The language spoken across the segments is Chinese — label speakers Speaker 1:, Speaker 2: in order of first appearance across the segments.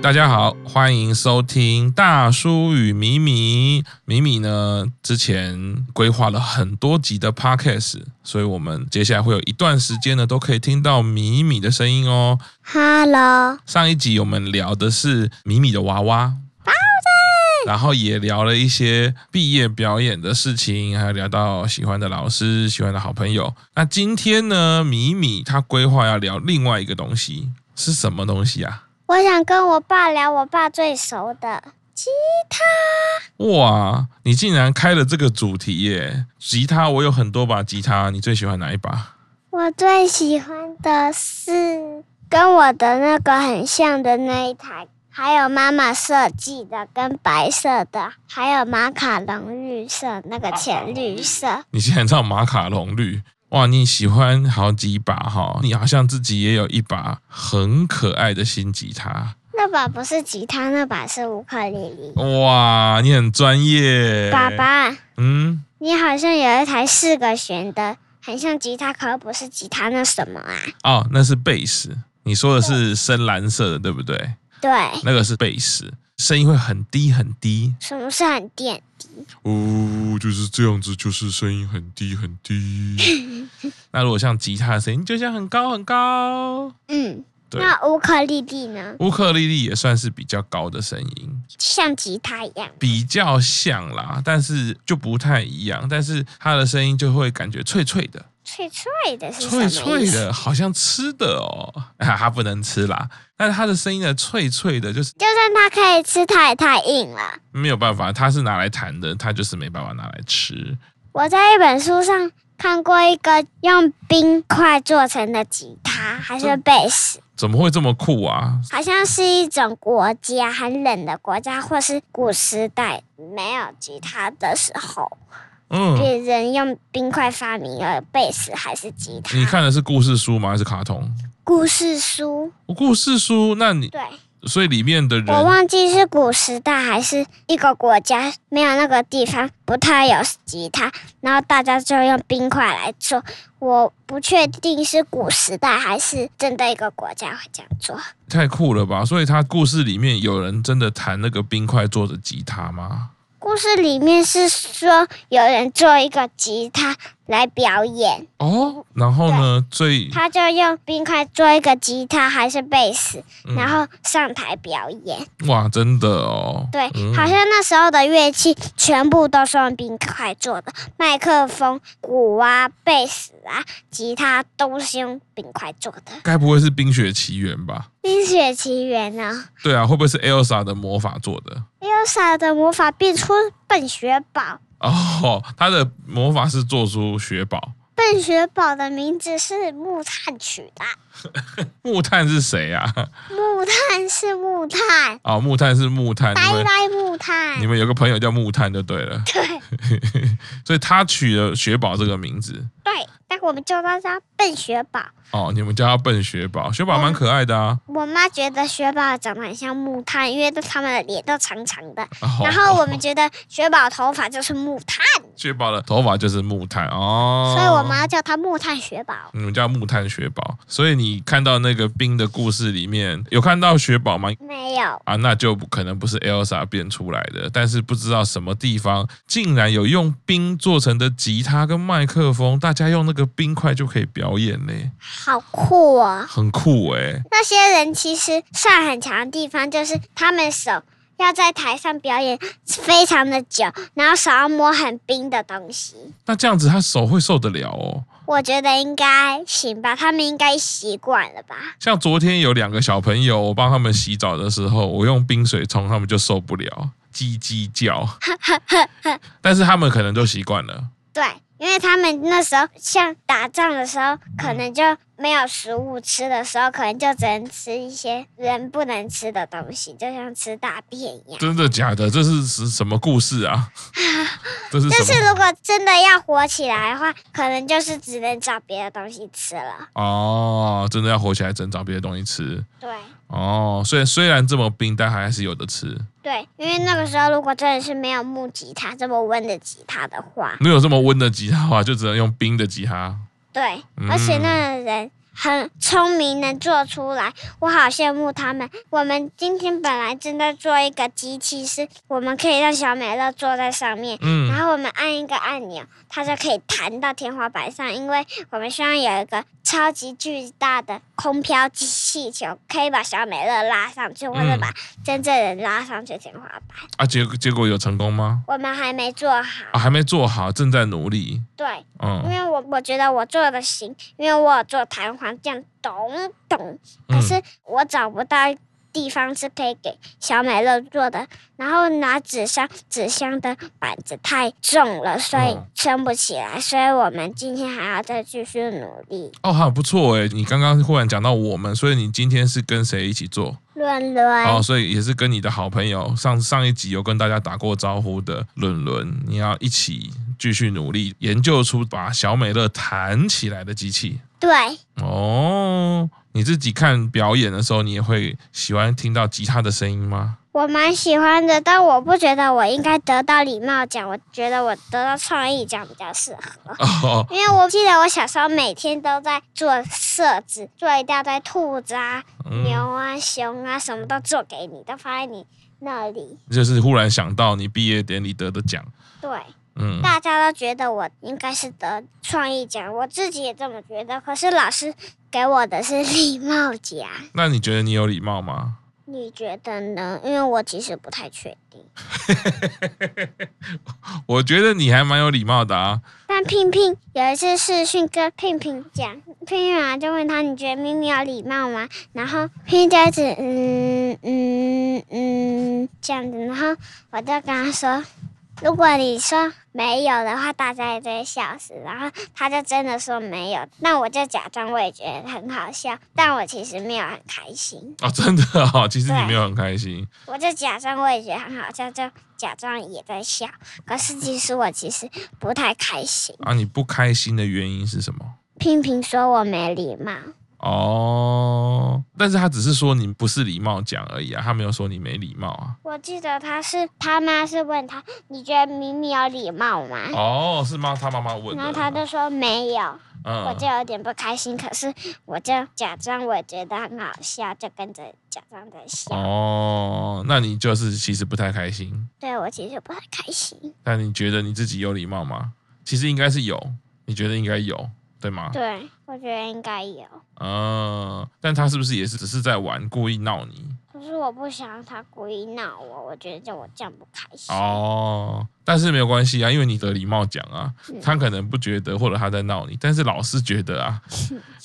Speaker 1: 大家好，欢迎收听大叔与米米。米米呢，之前规划了很多集的 podcast，所以我们接下来会有一段时间呢，都可以听到米米的声音哦。
Speaker 2: Hello，
Speaker 1: 上一集我们聊的是米米的娃娃，然后也聊了一些毕业表演的事情，还有聊到喜欢的老师、喜欢的好朋友。那今天呢，米米她规划要聊另外一个东西，是什么东西啊？
Speaker 2: 我想跟我爸聊我爸最熟的吉他。
Speaker 1: 哇，你竟然开了这个主题耶！吉他，我有很多把吉他，你最喜欢哪一把？
Speaker 2: 我最喜欢的是跟我的那个很像的那一台，还有妈妈设计的跟白色的，还有马卡龙绿色那个浅绿色。
Speaker 1: 你竟然唱马卡龙绿，哇，你喜欢好几把哈，你好像自己也有一把很可爱的新吉他，
Speaker 2: 那把不是吉他，那把是乌克丽丽。
Speaker 1: 哇，你很专业。
Speaker 2: 爸，爸，
Speaker 1: 嗯，
Speaker 2: 你好像有一台四个弦的，很像吉他，可不是吉他，那什么啊？
Speaker 1: 哦，那是贝斯，你说的是深蓝色的，对不对？
Speaker 2: 对，
Speaker 1: 那个是贝斯，声音会很低很低，
Speaker 2: 什么是很电？
Speaker 1: 哦，就是这样子，就是声音很低很低。那如果像吉他的声音，就像很高很高。
Speaker 2: 嗯，
Speaker 1: 对
Speaker 2: 那乌克丽丽呢？
Speaker 1: 乌克丽丽也算是比较高的声音，
Speaker 2: 像吉他一样。
Speaker 1: 比较像啦，但是就不太一样。但是它的声音就会感觉脆脆的，
Speaker 2: 脆脆的是什么
Speaker 1: 脆
Speaker 2: 意思？
Speaker 1: 脆的，好像吃的哦。啊， 它不能吃啦，但是它的声音呢，脆脆的，就是
Speaker 2: 就算它可以吃，它也太硬了。
Speaker 1: 没有办法，它是拿来弹的，它就是没办法拿来吃。
Speaker 2: 我在一本书上看过一个用冰块做成的吉他，还是贝斯，
Speaker 1: 怎么会这么酷啊？
Speaker 2: 好像是一种国家很冷的国家，或是古时代没有吉他的时候，
Speaker 1: 嗯，
Speaker 2: 别人用冰块发明了贝斯还是吉他。
Speaker 1: 你看的是故事书吗？还是卡通？
Speaker 2: 故事书，
Speaker 1: 故事书，那你
Speaker 2: 对
Speaker 1: 所以里面的
Speaker 2: 我
Speaker 1: 人，
Speaker 2: 忘记是古时代还是一个国家没有那个地方不太有吉他，然后大家就用冰块来做。我不确定是古时代还是真的一个国家会这样做。
Speaker 1: 太酷了吧？所以他故事里面有人真的弹那个冰块做的吉他吗？
Speaker 2: 故事里面是说有人做一个吉他来表演，
Speaker 1: 哦，然后呢？最
Speaker 2: 他就用冰块做一个吉他还是贝斯，
Speaker 1: 嗯
Speaker 2: 然后上台表演。
Speaker 1: 哇，真的哦，
Speaker 2: 对，
Speaker 1: 嗯
Speaker 2: 好像那时候的乐器全部都是用冰块做的，麦克风、鼓啊、贝斯啊、吉他都是用冰块做的。《
Speaker 1: 该不会是《冰雪奇缘》吧？
Speaker 2: 冰雪奇缘》呢
Speaker 1: 对啊，会不会是 Elsa 的魔法做的？
Speaker 2: ，Elsa 的魔法变出笨雪宝，
Speaker 1: 哦，他的魔法是做出雪宝。
Speaker 2: 笨雪宝的名字是木炭取的，
Speaker 1: 木炭是谁啊？
Speaker 2: 木炭是木炭，
Speaker 1: 哦，木炭是木炭，你
Speaker 2: 拜
Speaker 1: 们
Speaker 2: 拜木
Speaker 1: 你
Speaker 2: 炭。
Speaker 1: 们有个朋友叫木炭就对了，
Speaker 2: 对
Speaker 1: 所以他取了雪宝这个名字。
Speaker 2: 对，但我们叫它叫笨雪宝。
Speaker 1: 哦，你们叫他笨雪宝，雪
Speaker 2: 嗯
Speaker 1: 宝蛮可爱的啊。
Speaker 2: 我妈觉得雪宝长得很像木炭，因为他们的脸都长长的，
Speaker 1: 哦
Speaker 2: 然后我 们觉得雪宝头发就是木炭，
Speaker 1: 雪宝的头发就是木炭哦，
Speaker 2: 所以我们要叫它木炭雪宝。
Speaker 1: 你们叫木炭雪宝。所以你看到那个冰的故事里面有看到雪宝吗？
Speaker 2: 没有，
Speaker 1: 啊，那就不可能不是 Elsa 变出来的，但是不知道什么地方竟然有用冰做成的吉他跟麦克风，大家用那个冰块就可以表演嘞，
Speaker 2: 好酷哦！
Speaker 1: 很酷欸诶、
Speaker 2: 那些人其实算很强的地方，就是他们手要在台上表演非常的久，然后手要摸很冰的东西。
Speaker 1: 那这样子他手会受得了哦。
Speaker 2: 我觉得应该行吧，他们应该习惯了吧？
Speaker 1: 像昨天有两个小朋友，我帮他们洗澡的时候，我用冰水冲，他们就受不了，叽叽 叫。但是他们可能都习惯了。
Speaker 2: 对，因为他们那时候像打仗的时候，可能就没有食物吃的时候，可能就只能吃一些人不能吃的东西，就像吃大便一样。
Speaker 1: 真的假的？这是是什么故事 啊？这是
Speaker 2: 但
Speaker 1: 什
Speaker 2: 是
Speaker 1: 么？
Speaker 2: 如果真的要火起来的话，可能就是只能找别的东西吃了。
Speaker 1: 哦，真的要火起来，只能找别的东西吃。
Speaker 2: 对
Speaker 1: 哦，虽然虽然这么冰，但还是有的吃。
Speaker 2: 对，因为那个时候如果真的是没有木吉他这么温的吉他的话，
Speaker 1: 如果有这么温的吉他的话，就只能用冰的吉他。
Speaker 2: 对
Speaker 1: 嗯，
Speaker 2: 而且那个人很聪明，能做出来，我好羡慕他们。我们今天本来正在做一个机器，是我们可以让小美乐坐在上面，然
Speaker 1: 嗯，
Speaker 2: 后我们按一个按钮，它就可以弹到天花板上，因为我们希望有一个超级巨大的空飘机气球，可以把小美乐拉上去，或者
Speaker 1: 嗯
Speaker 2: 把真正人拉上去天花板。
Speaker 1: 啊，结结果有成功吗？
Speaker 2: 我们还没做好，
Speaker 1: 啊，还没做好，正在努力。
Speaker 2: 对，因
Speaker 1: 嗯，
Speaker 2: 为我我觉得我做的行，因为我有做弹簧这样咚咚，可
Speaker 1: 嗯
Speaker 2: 是我找不到。地方是可以给小美乐做的，然后拿纸箱，纸箱的板子太重了，所以
Speaker 1: 哦
Speaker 2: 撑不起来，所以我们今天还要再继续努力，
Speaker 1: 哦，好不错诶，你刚刚忽然讲到我们，所以你今天是跟谁一起做？
Speaker 2: 论论。
Speaker 1: 哦，所以也是跟你的好朋友上上一集有跟大家打过招呼的伦伦，你要一起继续努力，研究出把小美乐弹起来的机器。
Speaker 2: 对，
Speaker 1: 哦，你自己看表演的时候，你也会喜欢听到吉他的声音吗？
Speaker 2: 我蛮喜欢的，但我不觉得我应该得到礼貌奖，我觉得我得到创意奖比较适合。
Speaker 1: 哦，
Speaker 2: 因为我记得我小时候每天都在做设置，做一大堆兔子啊、
Speaker 1: 嗯，
Speaker 2: 牛啊、熊啊，什么都做给你，都放在你那里。
Speaker 1: 就是忽然想到你毕业典礼得的奖，
Speaker 2: 对，
Speaker 1: 嗯，
Speaker 2: 大家都觉得我应该是得创意奖，我自己也这么觉得。可是老师给我的是 礼貌奖，
Speaker 1: 那你觉得你有礼貌吗？
Speaker 2: 你觉得呢？因为我其实不太确定。
Speaker 1: 我觉得你还蛮有礼貌的啊。
Speaker 2: 但聘聘有一次视讯跟聘聘讲，聘聘啊就问他你觉得咪咪有礼貌吗？然后聘聘就一直嗯嗯嗯这样子，然后我就跟他说，如果你说没有的话，大家也就会笑死。然后他就真的说没有，那我就假装我也觉得很好笑，但我其实没有很开心，
Speaker 1: 哦，真的哦，其实你没有很开心。
Speaker 2: 我就假装我也觉得很好笑，就假装也在笑，可是其实我其实不太开心。
Speaker 1: 啊，你不开心的原因是什么？
Speaker 2: 聘聘说我没礼貌。
Speaker 1: 哦，但是他只是说你不是礼貌奖而已啊，他没有说你没礼貌啊。
Speaker 2: 我记得他是他妈是问他，你觉得米米有礼貌吗？
Speaker 1: 哦，是吗？他妈妈问的。
Speaker 2: 然后他就说没有，我就
Speaker 1: 嗯，
Speaker 2: 有点不开心。可是我就假装我觉得很好笑，就跟着假装在笑。
Speaker 1: 哦，那你就是其实不太开心，
Speaker 2: 对我其实不太开心。
Speaker 1: 那你觉得你自己有礼貌吗？其实应该是有，你觉得应该有，哦对吗？
Speaker 2: 对，我觉得应该有，
Speaker 1: 嗯，但他是不是也是只是在玩，故意闹你？
Speaker 2: 可是我不想让他故意闹我，我觉得这样我这样不开心。
Speaker 1: 哦，但是没有关系啊，因为你得礼貌奖啊，
Speaker 2: 嗯
Speaker 1: 他可能不觉得，或者他在闹你，但是老师觉得 啊，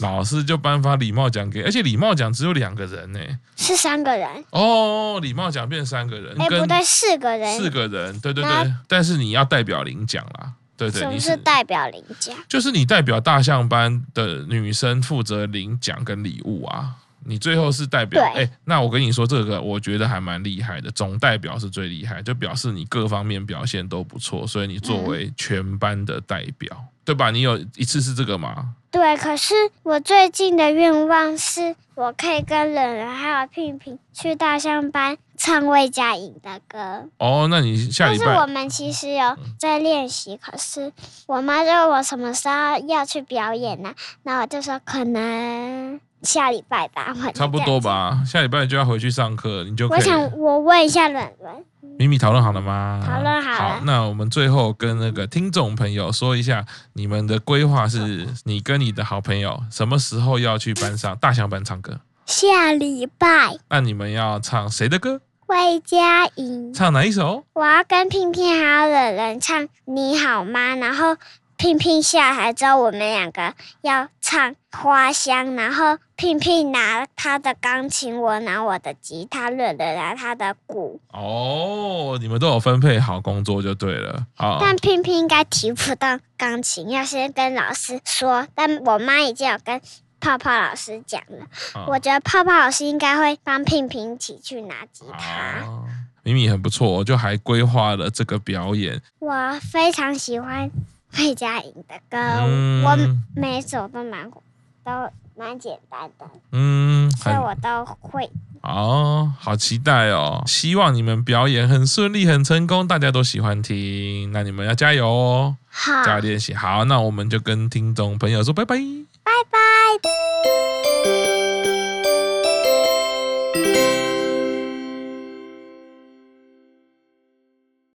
Speaker 1: 老师就颁发礼貌奖给，而且礼貌奖只有两个人呢、
Speaker 2: 是三个人，
Speaker 1: 哦，礼貌奖变三个人，
Speaker 2: 哎，不
Speaker 1: 跟
Speaker 2: 对，四个人，
Speaker 1: 四个人，对对
Speaker 2: 那
Speaker 1: 对，但是你要代表领奖啦，对对，
Speaker 2: 什
Speaker 1: 你
Speaker 2: 么是
Speaker 1: 是
Speaker 2: 代表领奖？
Speaker 1: 就是你代表大象班的女生负责领奖跟礼物啊。你最后是代表，哎、
Speaker 2: 对
Speaker 1: 那我跟你说，这个我觉得还蛮厉害的，总代表是最厉害，就表示你各方面表现都不错，所以你作为全班的代表，对吧？你有一次是这个吗？
Speaker 2: 对，可是我最近的愿望是，我可以跟冷人还有聘聘去大象班唱魏佳莹的歌。
Speaker 1: 哦，那你下
Speaker 2: 但
Speaker 1: 礼
Speaker 2: 是
Speaker 1: 拜嗯
Speaker 2: 我们其实有在练习，可是我妈就问我什么时候要去表演呢、那我就说可能下礼拜吧，我就
Speaker 1: 差不
Speaker 2: 这样
Speaker 1: 多
Speaker 2: 子。
Speaker 1: 吧，下礼拜就要回去上课，你就可
Speaker 2: 我
Speaker 1: 以。
Speaker 2: 想我问一下冷人，
Speaker 1: 米米讨论好了吗？
Speaker 2: 讨论好了
Speaker 1: 那我们最后跟那个听众朋友说一下，你们的规划是，你跟你的好朋友什么时候要去班上大象班唱歌？
Speaker 2: 下礼拜
Speaker 1: 那你们要唱谁的歌？
Speaker 2: 魏佳莹，
Speaker 1: 唱哪一首？
Speaker 2: 我要跟聘聘还有冷人唱《你好吗》，然后聘聘下来之后，我们两个要唱《花香》，然后聘聘拿他的钢琴，我拿我的吉他，冷人拿他的鼓。
Speaker 1: 哦，你们都有分配好工作就对了。好，
Speaker 2: 但聘聘应该提不到钢琴，要先跟老师说。但我妈已经有跟泡泡老师讲了，
Speaker 1: 好
Speaker 2: 我觉得泡泡老师应该会帮聘聘一起去拿吉他。
Speaker 1: 好，米米很不错，就还规划了这个表演。
Speaker 2: 我非常喜欢魏佳莹的歌，
Speaker 1: 嗯
Speaker 2: 呃我每首都蛮都蛮简单的，
Speaker 1: 嗯，
Speaker 2: 所以
Speaker 1: 很
Speaker 2: 我都会。
Speaker 1: 哦，好期待哦！希望你们表演很顺利、很成功，大家都喜欢听。那你们要加油哦！
Speaker 2: 好，
Speaker 1: 加油练习。好，那我们就跟听众朋友说拜拜。